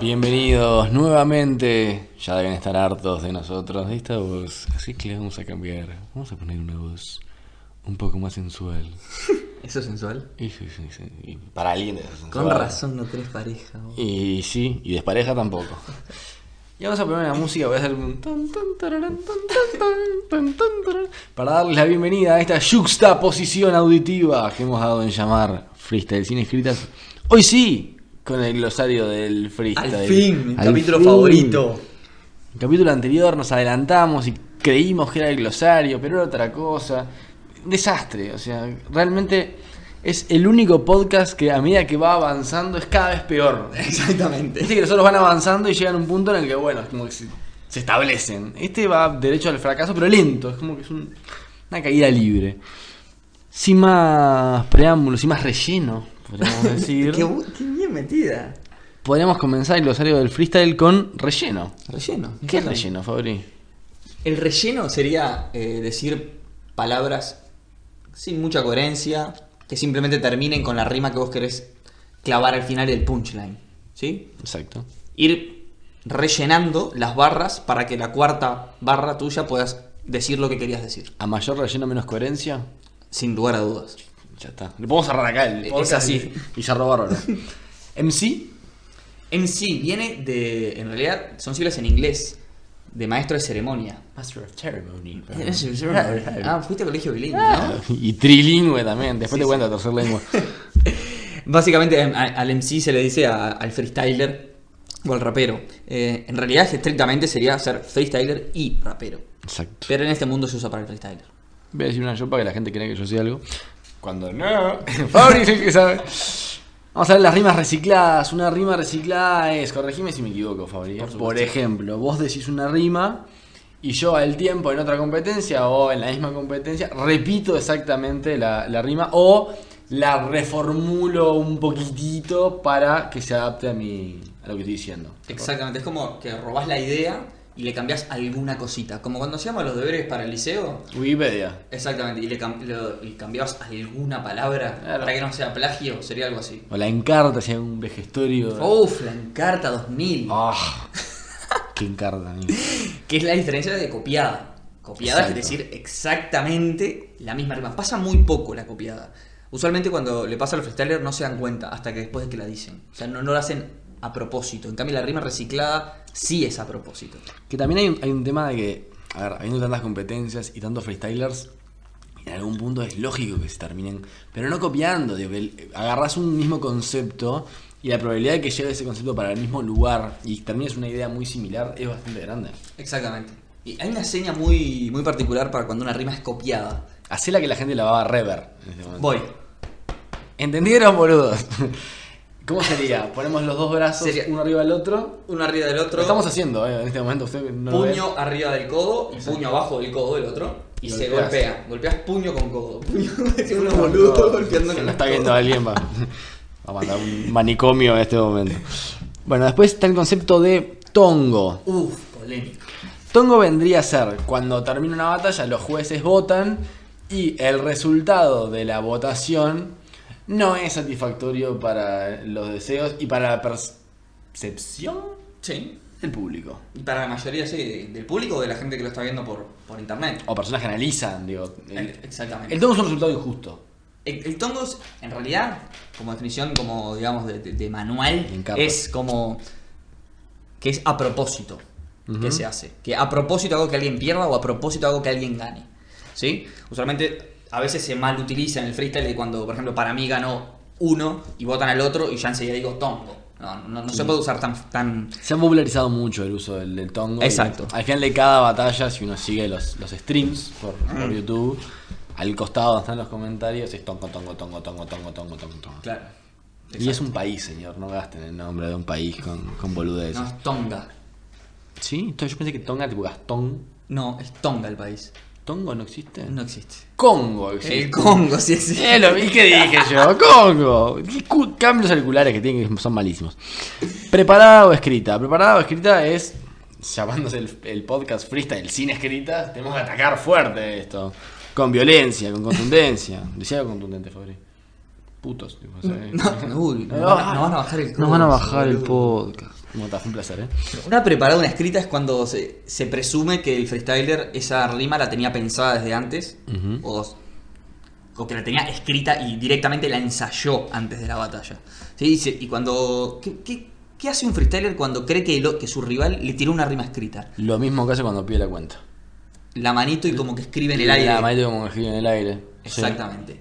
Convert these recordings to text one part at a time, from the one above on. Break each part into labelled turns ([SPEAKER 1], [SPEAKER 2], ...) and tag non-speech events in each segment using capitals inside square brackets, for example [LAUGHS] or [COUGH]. [SPEAKER 1] Bienvenidos nuevamente. Ya deben estar hartos de nosotros, de esta voz. Así que le vamos a cambiar. Vamos a poner una voz un poco más sensual.
[SPEAKER 2] ¿Eso es sensual?
[SPEAKER 1] Y, sí, sí, sí, y para alguien es sensual.
[SPEAKER 2] Con razón no tenés pareja. vos.
[SPEAKER 1] Y sí, y despareja tampoco. Y vamos a poner la música, voy a hacer un... tan, tan, tararán, tan, tan, tan, tan, tan, tararán, Para darles la bienvenida a esta juxtaposición auditiva que hemos dado en llamar Freestyle sin escritas. Hoy sí, con el glosario del
[SPEAKER 2] Al
[SPEAKER 1] freestyle.
[SPEAKER 2] fin, mi
[SPEAKER 1] Al
[SPEAKER 2] capítulo
[SPEAKER 1] fin.
[SPEAKER 2] favorito. [LAUGHS]
[SPEAKER 1] El capítulo anterior nos adelantamos y creímos que era el glosario, pero era otra cosa. Desastre, o sea, realmente es el único podcast que a medida que va avanzando es cada vez peor.
[SPEAKER 2] Exactamente.
[SPEAKER 1] Viste que los otros van avanzando y llegan a un punto en el que, bueno, es como que se, se establecen. Este va derecho al fracaso, pero lento, es como que es un- una caída libre. Sin más preámbulos, sin más relleno,
[SPEAKER 2] [LAUGHS]
[SPEAKER 1] podríamos decir.
[SPEAKER 2] Qué, bu- qué bien metida.
[SPEAKER 1] Podríamos comenzar el glosario del freestyle con relleno.
[SPEAKER 2] Relleno.
[SPEAKER 1] ¿Qué es relleno, Fabri?
[SPEAKER 2] El relleno sería eh, decir palabras sin mucha coherencia, que simplemente terminen con la rima que vos querés clavar al final del punchline. ¿Sí?
[SPEAKER 1] Exacto.
[SPEAKER 2] Ir rellenando las barras para que la cuarta barra tuya puedas decir lo que querías decir.
[SPEAKER 1] A mayor relleno, menos coherencia.
[SPEAKER 2] Sin lugar a dudas.
[SPEAKER 1] Ya está. Lo podemos cerrar acá el
[SPEAKER 2] Es
[SPEAKER 1] podcast
[SPEAKER 2] así.
[SPEAKER 1] Y, y cerró bárbaro. MC,
[SPEAKER 2] En sí viene de. En realidad son siglas en inglés. De maestro de ceremonia.
[SPEAKER 1] Master of Ceremony.
[SPEAKER 2] Ah, fuiste a colegio bilingüe, ¿no?
[SPEAKER 1] [LAUGHS] Y trilingüe también. Después
[SPEAKER 2] Sí,
[SPEAKER 1] te cuento la tercera lengua.
[SPEAKER 2] Básicamente em, a- al MC se le dice a- al freestyler o al rapero. Eh, en realidad, estrictamente sería ser freestyler y rapero.
[SPEAKER 1] Exacto.
[SPEAKER 2] Pero en este mundo se usa para el freestyler.
[SPEAKER 1] Voy a decir una yo para que la gente crea que yo sé algo. Cuando no. [LAUGHS] Fabri es el que sabe. Vamos a ver las rimas recicladas. Una rima reciclada es. Corregime si me equivoco, Fabri. Por,
[SPEAKER 2] supuesto.
[SPEAKER 1] ejemplo, vos decís una rima y yo al tiempo en otra competencia o en la misma competencia repito exactamente la, la rima o la reformulo un poquitito para que se adapte a, mi, a lo que estoy diciendo.
[SPEAKER 2] Exactamente, es como que robás la idea y le cambiás alguna cosita. Como cuando hacíamos los deberes para el liceo.
[SPEAKER 1] Wikipedia.
[SPEAKER 2] Exactamente, y le cam- lo- y cambiabas alguna palabra
[SPEAKER 1] Claro.
[SPEAKER 2] para que no sea plagio, sería algo así.
[SPEAKER 1] O la encarta, si hay un vejestorio.
[SPEAKER 2] Uf, la Encarta 2000.
[SPEAKER 1] Ah, [LAUGHS] ¡Qué encarta, amigo.
[SPEAKER 2] Que es la diferencia de copiada. Copiada
[SPEAKER 1] Exacto.
[SPEAKER 2] es decir exactamente la misma rima. Pasa muy poco la copiada. Usualmente cuando le pasa al freestyler no se dan cuenta hasta que después de que la dicen. O sea, no, no la hacen a propósito. En cambio, la rima reciclada sí es a propósito.
[SPEAKER 1] Que también hay un, hay un tema de que, a ver, habiendo tantas competencias y tantos freestylers, en algún punto es lógico que se terminen, pero no copiando, digo, que el- agarrás un mismo concepto y la probabilidad de que llegue ese concepto para el mismo lugar y termines una idea muy similar es bastante grande.
[SPEAKER 2] Exactamente. Y hay una seña muy, muy particular para cuando una rima es copiada.
[SPEAKER 1] Hacela que la gente la va a rever en este momento.
[SPEAKER 2] Voy.
[SPEAKER 1] ¿Entendieron, boludos? [LAUGHS] ¿Cómo sería? Ponemos los dos brazos
[SPEAKER 2] Sería-
[SPEAKER 1] uno arriba del otro.
[SPEAKER 2] Uno arriba del
[SPEAKER 1] Lo
[SPEAKER 2] otro.
[SPEAKER 1] estamos haciendo eh, en este momento, usted no lo ve.
[SPEAKER 2] puño arriba del codo y puño abajo del codo del otro. Y,
[SPEAKER 1] Y
[SPEAKER 2] se
[SPEAKER 1] golpeas.
[SPEAKER 2] golpea. Golpeas puño con codo. [LAUGHS] Puño unos
[SPEAKER 1] No,
[SPEAKER 2] boludos
[SPEAKER 1] no,
[SPEAKER 2] golpeando
[SPEAKER 1] se
[SPEAKER 2] con
[SPEAKER 1] lo
[SPEAKER 2] el
[SPEAKER 1] está
[SPEAKER 2] codo.
[SPEAKER 1] viendo alguien va, va a mandar un manicomio en este momento. Bueno, después está el concepto de tongo.
[SPEAKER 2] Uf, polémico.
[SPEAKER 1] Tongo vendría a ser cuando termina una batalla, los jueces votan y el resultado de la votación no es satisfactorio para los deseos y para la percepción
[SPEAKER 2] Sí.
[SPEAKER 1] del público.
[SPEAKER 2] Y para la mayoría, sí, de- del público o de la gente que lo está viendo por, por internet.
[SPEAKER 1] O personas que analizan, digo. El, el
[SPEAKER 2] Exactamente. El,
[SPEAKER 1] tongo es un resultado injusto.
[SPEAKER 2] el tongo, es, en realidad, como definición, como digamos, de, de- de manual,
[SPEAKER 1] Me encanta.
[SPEAKER 2] es como que es a propósito
[SPEAKER 1] Ujú.
[SPEAKER 2] que se hace. Que a propósito hago que alguien pierda o a propósito hago que alguien gane. ¿Sí? Usualmente a veces se mal utiliza en el freestyle de cuando, por ejemplo, para mí ganó uno y votan al otro y ya enseguida digo tongo. No, no, no se puede usar tan, tan
[SPEAKER 1] Se ha popularizado mucho el uso del, del tongo.
[SPEAKER 2] Exacto.
[SPEAKER 1] Y Al final de cada batalla, si uno sigue los, los streams por,
[SPEAKER 2] Mm.
[SPEAKER 1] por YouTube, al costado donde están los comentarios es tongo, tongo, tongo, tongo, tongo, tongo, tongo. tongo.
[SPEAKER 2] claro.
[SPEAKER 1] Y es un país, señor. No gasten el nombre de un país con, con boludeces.
[SPEAKER 2] No es tonga.
[SPEAKER 1] Sí, entonces yo pensé que tonga tipo Gastón.
[SPEAKER 2] No, es Tonga el país.
[SPEAKER 1] ¿Tongo no existe?
[SPEAKER 2] No existe.
[SPEAKER 1] Congo existe.
[SPEAKER 2] El Congo,
[SPEAKER 1] [LAUGHS]
[SPEAKER 2] sí existe.
[SPEAKER 1] Eh, lo vi que dije yo, Congo. Qué cu- Cambios circulares que tienen que son malísimos. Preparada o escrita. Preparada o escrita es, llamándose el, el podcast freestyle sin escrita, tenemos que atacar fuerte esto. Con violencia, con contundencia. Decía algo contundente, Fabri. Putos. tipo, o sea,
[SPEAKER 2] No, no, [LAUGHS] uy,
[SPEAKER 1] No,
[SPEAKER 2] nos van a- nos van a bajar el
[SPEAKER 1] Nos van a
[SPEAKER 2] coso,
[SPEAKER 1] bajar el
[SPEAKER 2] boludo.
[SPEAKER 1] podcast. Mota, fue un placer, ¿eh?
[SPEAKER 2] Una preparada, una escrita es cuando se, se presume que el freestyler esa rima la tenía pensada desde antes
[SPEAKER 1] Ujú.
[SPEAKER 2] o, o que la tenía escrita y directamente la ensayó antes de la batalla. ¿Sí? Y, se- y cuando... ¿qué, qué, qué hace un freestyler cuando cree que, lo- que su rival le tiró una rima escrita?
[SPEAKER 1] Lo mismo que hace cuando pide la cuenta.
[SPEAKER 2] La manito y como que escribe en el aire.
[SPEAKER 1] La manito como que gira en el aire. Sí.
[SPEAKER 2] Exactamente.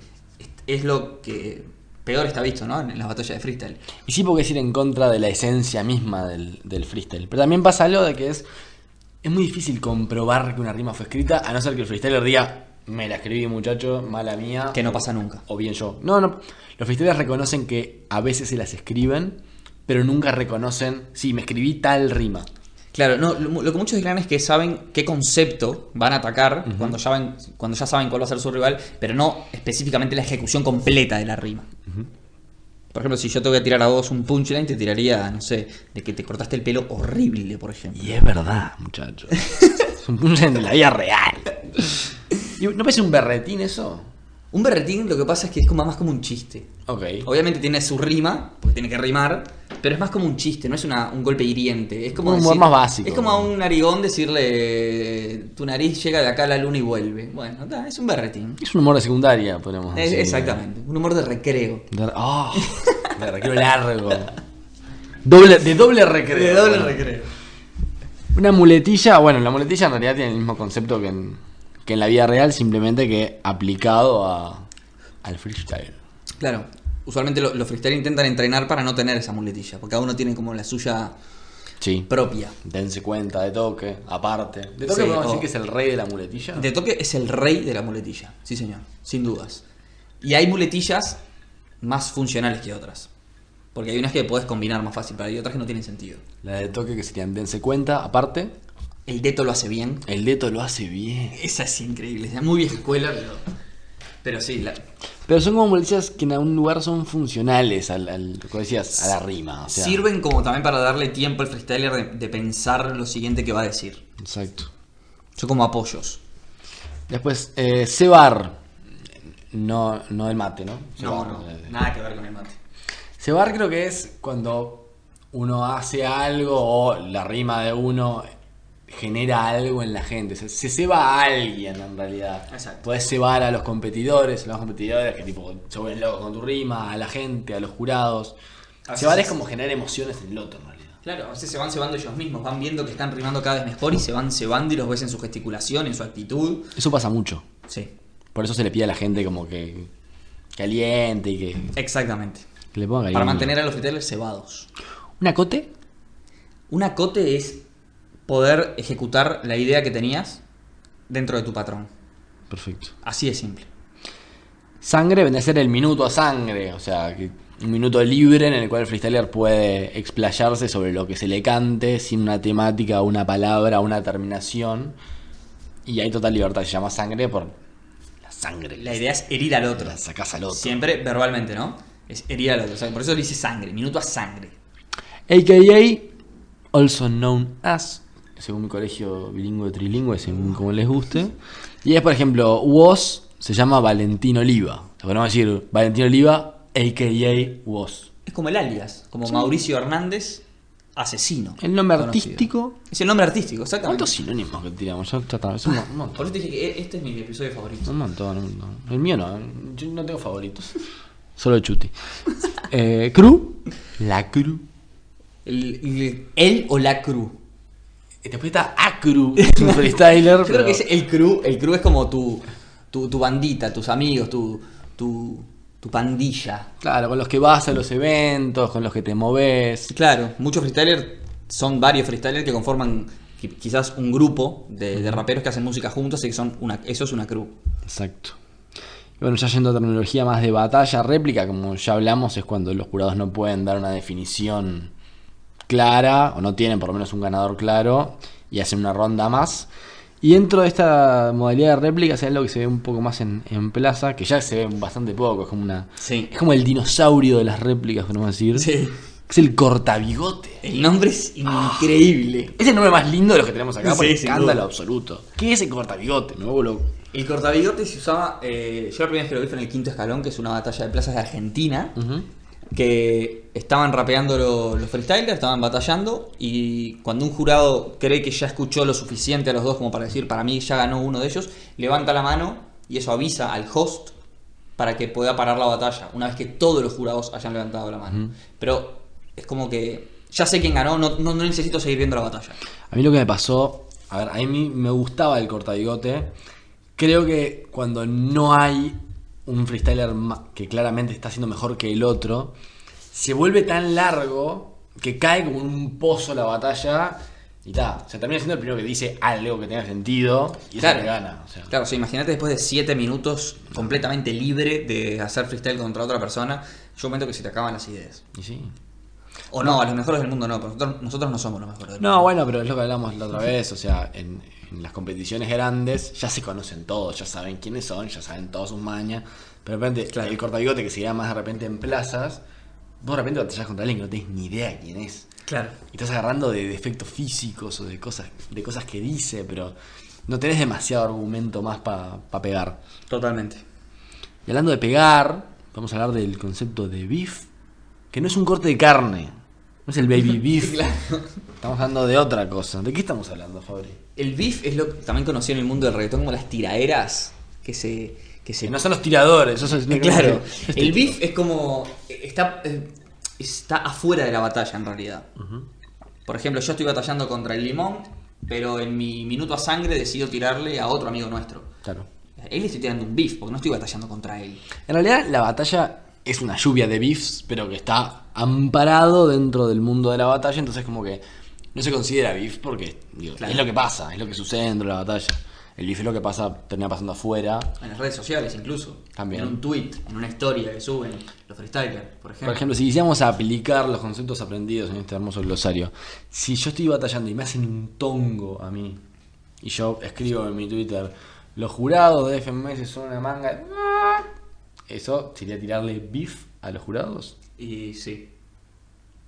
[SPEAKER 2] Es lo que peor está visto, ¿no? En las batallas de freestyle.
[SPEAKER 1] Y sí, porque es ir en contra de la esencia misma del, del freestyle. Pero también pasa algo de que es. Es muy difícil comprobar que una rima fue escrita, a no ser que el freestyler diga, me la escribí, muchacho, mala mía.
[SPEAKER 2] Que no pasa nunca.
[SPEAKER 1] O bien yo. No, no. Los freestylers reconocen que a veces se las escriben, pero nunca reconocen, sí, me escribí tal rima.
[SPEAKER 2] Claro, no, lo, lo que muchos declaran es que saben qué concepto van a atacar cuando, ya ven- cuando ya saben cuál va a ser su rival, pero no específicamente la ejecución completa de la rima. Por ejemplo, si yo te voy a tirar a vos un punchline, te tiraría, no sé, de que te cortaste el pelo horrible, por ejemplo.
[SPEAKER 1] Y es verdad, muchachos. [LAUGHS] es un punto de la vida
[SPEAKER 2] [LAUGHS]
[SPEAKER 1] real. Y, ¿No parece un berretín eso?
[SPEAKER 2] Un berretín lo que pasa es que es como más como un chiste.
[SPEAKER 1] Ok.
[SPEAKER 2] Obviamente tiene su rima, porque tiene que rimar, pero es más como un chiste, no es una- un golpe hiriente. Es como
[SPEAKER 1] Un humor más básico.
[SPEAKER 2] Es como a un narigón decirle, tu nariz llega de acá a la luna y vuelve. Bueno, ta, es un berretín.
[SPEAKER 1] Es un humor de secundaria, podemos
[SPEAKER 2] Es-
[SPEAKER 1] decir.
[SPEAKER 2] Eh, Exactamente, un humor de recreo.
[SPEAKER 1] De, oh, de recreo largo. Doble, de doble recreo.
[SPEAKER 2] De doble
[SPEAKER 1] Bueno.
[SPEAKER 2] recreo.
[SPEAKER 1] Una muletilla, bueno, la muletilla en realidad tiene el mismo concepto que en, que en la vida real, simplemente que aplicado a, al freestyle.
[SPEAKER 2] Claro, usualmente lo- los freestyle intentan entrenar para no tener esa muletilla, porque cada uno tiene como la suya
[SPEAKER 1] Sí.
[SPEAKER 2] propia.
[SPEAKER 1] Dense cuenta, de toque, aparte. ¿De toque
[SPEAKER 2] Sí,
[SPEAKER 1] podemos
[SPEAKER 2] o-
[SPEAKER 1] decir que es el rey de la muletilla?
[SPEAKER 2] De toque es el rey de la muletilla, sí señor, sin dudas. Y hay muletillas más funcionales que otras. Porque hay unas que puedes combinar más fácil, pero hay otras que no tienen sentido.
[SPEAKER 1] La de toque que serían dense cuenta, aparte.
[SPEAKER 2] El Deto lo hace bien.
[SPEAKER 1] El deto lo hace bien.
[SPEAKER 2] Esa es increíble, es muy vieja escuela, pero, pero sí, la-
[SPEAKER 1] Pero son como muletillas que en algún lugar son funcionales al, al- como decías, a la rima. o sea.
[SPEAKER 2] sirven como también para darle tiempo al freestyler de, de pensar lo siguiente que va a decir.
[SPEAKER 1] Exacto.
[SPEAKER 2] Son como apoyos.
[SPEAKER 1] Después, eh, cebar. No, no el mate, ¿no?
[SPEAKER 2] No,
[SPEAKER 1] Cebar,
[SPEAKER 2] no,
[SPEAKER 1] eh,
[SPEAKER 2] nada que ver con el mate.
[SPEAKER 1] Cebar creo que es cuando uno hace algo o la rima de uno genera algo en la gente. Se, se ceba a alguien en realidad.
[SPEAKER 2] Exacto.
[SPEAKER 1] Puedes cebar a los competidores, a los competidores que tipo se vuelven locos con tu rima, a la gente, a los jurados.
[SPEAKER 2] Así
[SPEAKER 1] cebar
[SPEAKER 2] es.
[SPEAKER 1] es como generar emociones en el otro en realidad.
[SPEAKER 2] Claro, a veces se van cebando ellos mismos, van viendo que están rimando cada vez mejor y se van cebando y los ves en su gesticulación, en su actitud.
[SPEAKER 1] Eso pasa mucho.
[SPEAKER 2] Sí,
[SPEAKER 1] Por eso se le pide a la gente como que, que aliente y que,
[SPEAKER 2] exactamente.
[SPEAKER 1] que le ponga
[SPEAKER 2] Para
[SPEAKER 1] cariño.
[SPEAKER 2] mantener a los freestylers cebados.
[SPEAKER 1] ¿Un acote?
[SPEAKER 2] Un acote es poder ejecutar la idea que tenías dentro de tu patrón.
[SPEAKER 1] Perfecto.
[SPEAKER 2] Así de simple.
[SPEAKER 1] Sangre vendría a ser el minuto a sangre, o sea, que un minuto libre en el cual el freestyler puede explayarse sobre lo que se le cante sin una temática, una palabra, una terminación. Y hay total libertad, se llama sangre por la sangre.
[SPEAKER 2] La idea es herir al otro.
[SPEAKER 1] la sacás al otro.
[SPEAKER 2] Siempre verbalmente, ¿no? Es herir al otro. O sea, por eso le dice sangre, minuto a sangre.
[SPEAKER 1] AKA, also known as, según mi colegio bilingüe trilingüe, según como les guste. Y es, por ejemplo, was se llama Valentino Oliva. O sea, podemos decir Valentino Oliva, AKA was.
[SPEAKER 2] Es como el alias, como Mauricio Hernández, asesino.
[SPEAKER 1] El nombre
[SPEAKER 2] Conocido.
[SPEAKER 1] artístico.
[SPEAKER 2] Es el nombre artístico, exactamente.
[SPEAKER 1] ¿Cuántos sinónimos que tiramos? Ya está, es un, un
[SPEAKER 2] Por
[SPEAKER 1] montón.
[SPEAKER 2] eso te dije que e- este es mi episodio favorito.
[SPEAKER 1] Un montón, un montón. El mío no, yo no tengo favoritos. Solo Chuti. Eh, cru. La cru.
[SPEAKER 2] El, el- el o la cru.
[SPEAKER 1] Y Después está Acru, que es un freestyler.
[SPEAKER 2] Yo creo que es
[SPEAKER 1] pero-
[SPEAKER 2] el crew, el crew es como tu, tu, tu bandita, tus amigos, tu, tu, tu pandilla.
[SPEAKER 1] Claro, con los que vas a los eventos, con los que te moves.
[SPEAKER 2] Claro, muchos freestylers son varios freestylers que conforman qui- quizás un grupo de, de raperos que hacen música juntos y que son una, eso es una crew.
[SPEAKER 1] Exacto. Y bueno, ya yendo a terminología más de batalla, réplica, como ya hablamos, es cuando los jurados no pueden dar una definición clara, o no tienen por lo menos un ganador claro, y hacen una ronda más. Y dentro de esta modalidad de réplica es lo que se ve un poco más en, en plaza, que ya se ve bastante poco, es como una.
[SPEAKER 2] Sí.
[SPEAKER 1] Es como el dinosaurio de las réplicas, podemos decir.
[SPEAKER 2] Sí.
[SPEAKER 1] Es el cortabigote.
[SPEAKER 2] El nombre es increíble.
[SPEAKER 1] Es el nombre más lindo de los que tenemos acá, por
[SPEAKER 2] Sí, sin
[SPEAKER 1] escándalo
[SPEAKER 2] duda.
[SPEAKER 1] absoluto. ¿Qué es el cortabigote? Me vuelvo loco.
[SPEAKER 2] El cortabigote se usaba, eh, yo la primera vez que lo vi fue en el quinto escalón, que es una batalla de plazas de Argentina. que estaban rapeando lo- los freestylers, estaban batallando y cuando un jurado cree que ya escuchó lo suficiente a los dos como para decir, para mí ya ganó uno de ellos, levanta la mano y eso avisa al host para que pueda parar la batalla, una vez que todos los jurados hayan levantado la mano. Pero es como que ya sé quién ganó, no, no- no necesito seguir viendo la batalla.
[SPEAKER 1] A mí lo que me pasó, a ver, a mí me gustaba el cortabigote. Creo que cuando no hay un freestyler ma- que claramente está haciendo mejor que el otro, se vuelve tan largo que cae como en un pozo la batalla y ta, se termina siendo el primero que dice algo que tenga sentido y claro. que gana. o sea.
[SPEAKER 2] Claro, o sea, imagínate después de 7 minutos completamente libre de hacer freestyle contra otra persona, yo momento que se te acaban las ideas.
[SPEAKER 1] Y sí.
[SPEAKER 2] O no, a los mejores del mundo no, pero nosotros, nosotros no somos los mejores del
[SPEAKER 1] No, bueno, pero es lo que hablamos la otra vez, o sea, en, en las competiciones grandes ya se conocen todos, ya saben quiénes son, ya saben todas sus mañas, pero de repente el cortabigote que se da más de repente en plazas, vos de repente batallás contra alguien que no tenés ni idea quién es.
[SPEAKER 2] mundo. Claro.
[SPEAKER 1] Y estás agarrando de defectos físicos o de cosas, de cosas que dice, pero no tenés demasiado argumento más para pegar.
[SPEAKER 2] Totalmente.
[SPEAKER 1] Y hablando de pegar, vamos a hablar del concepto de beef, que no es un corte de carne, no es el
[SPEAKER 2] [LAUGHS]
[SPEAKER 1] baby beef. Estamos hablando de otra cosa. ¿De qué estamos hablando, Fabri?
[SPEAKER 2] El beef es lo que también conocido en el mundo del reggaetón como las tiraderas que se. que se.
[SPEAKER 1] Que no son los tiradores, esos son-
[SPEAKER 2] [LAUGHS] claro.
[SPEAKER 1] [LAUGHS] Este
[SPEAKER 2] El
[SPEAKER 1] tipo.
[SPEAKER 2] beef es como. está. eh, está afuera de la batalla en realidad. Por ejemplo, yo estoy batallando contra el limón, pero en mi minuto a sangre decido tirarle a otro amigo nuestro.
[SPEAKER 1] Claro.
[SPEAKER 2] A Él le estoy tirando un beef, porque no estoy batallando contra él.
[SPEAKER 1] En realidad, la batalla es una lluvia de beefs, pero que está amparado dentro del mundo de la batalla, entonces como que no se considera beef porque digo,
[SPEAKER 2] Claro.
[SPEAKER 1] es lo que pasa, es lo que sucede dentro de la batalla. El beef es lo que pasa, termina pasando afuera.
[SPEAKER 2] En las redes sociales incluso.
[SPEAKER 1] También.
[SPEAKER 2] En un tweet, en una historia que suben los freestylers, por ejemplo.
[SPEAKER 1] Por ejemplo, si quisiéramos aplicar los conceptos aprendidos en este hermoso glosario, si yo estoy batallando y me hacen un tongo a mí, y yo escribo en mi Twitter, los jurados de FMS son una manga. de-". Eso sería tirarle beef a los jurados.
[SPEAKER 2] Y sí.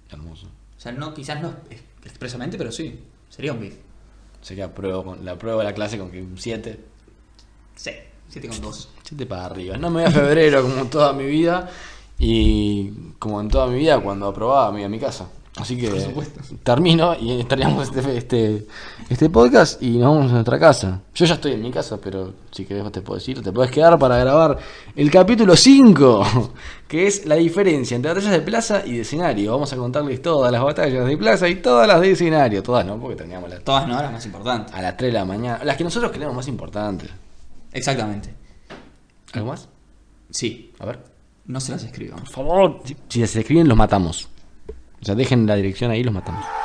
[SPEAKER 1] Hermoso.
[SPEAKER 2] O sea, no, quizás no ex- expresamente, pero sí. Sería un beef.
[SPEAKER 1] Sería prueba con- la prueba de la clase con que un 7.
[SPEAKER 2] Sí. 7 con 2.
[SPEAKER 1] 7 para arriba. No me voy a febrero como toda mi vida. Y como en toda mi vida, cuando aprobaba, me iba a mi casa. Así que termino y estaríamos este, este, este podcast y nos vamos a nuestra casa. Yo ya estoy en mi casa, pero si querés vos te puedo decir, te podés quedar para grabar el capítulo 5, [LAUGHS] que es la diferencia entre batallas de plaza y de escenario. Vamos a contarles todas las batallas de plaza y todas las de escenario. Todas no, porque teníamos las
[SPEAKER 2] Todas no, las más importantes.
[SPEAKER 1] a las 3 de la mañana. Las que nosotros creemos más importantes.
[SPEAKER 2] Exactamente.
[SPEAKER 1] ¿Algo más?
[SPEAKER 2] Sí.
[SPEAKER 1] A ver.
[SPEAKER 2] No se las escriban.
[SPEAKER 1] Por favor, si, si se escriben, los matamos. O sea, dejen la dirección ahí, los matamos.